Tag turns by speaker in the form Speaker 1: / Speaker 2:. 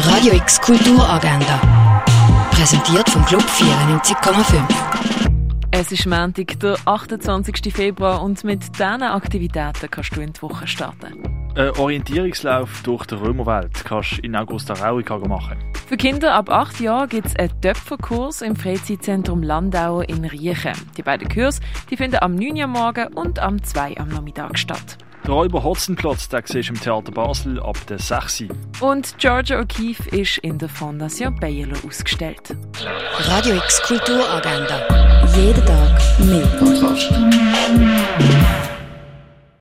Speaker 1: Radio X Kulturagenda. Präsentiert vom Club 94,5.
Speaker 2: Es ist Montag, der 28. Februar, und mit diesen Aktivitäten kannst du in die Woche starten.
Speaker 3: Ein Äh, Orientierungslauf durch die Römerwelt kannst du in Augusta Raurica machen.
Speaker 2: Für Kinder ab 8 Jahren gibt es einen Töpferkurs im Freizeitzentrum Landau in Riechen. Die beiden Kurse die finden am 9 Uhr morgen und am 2 Uhr am Nachmittag statt.
Speaker 3: Der Räuber Hotzenplotz den siehst du im Theater Basel ab der 6 Uhr.
Speaker 2: Und Georgia O'Keeffe ist in der Fondation Bayerlo ausgestellt.
Speaker 1: Radio X Kulturagenda. Jeden Tag mehr.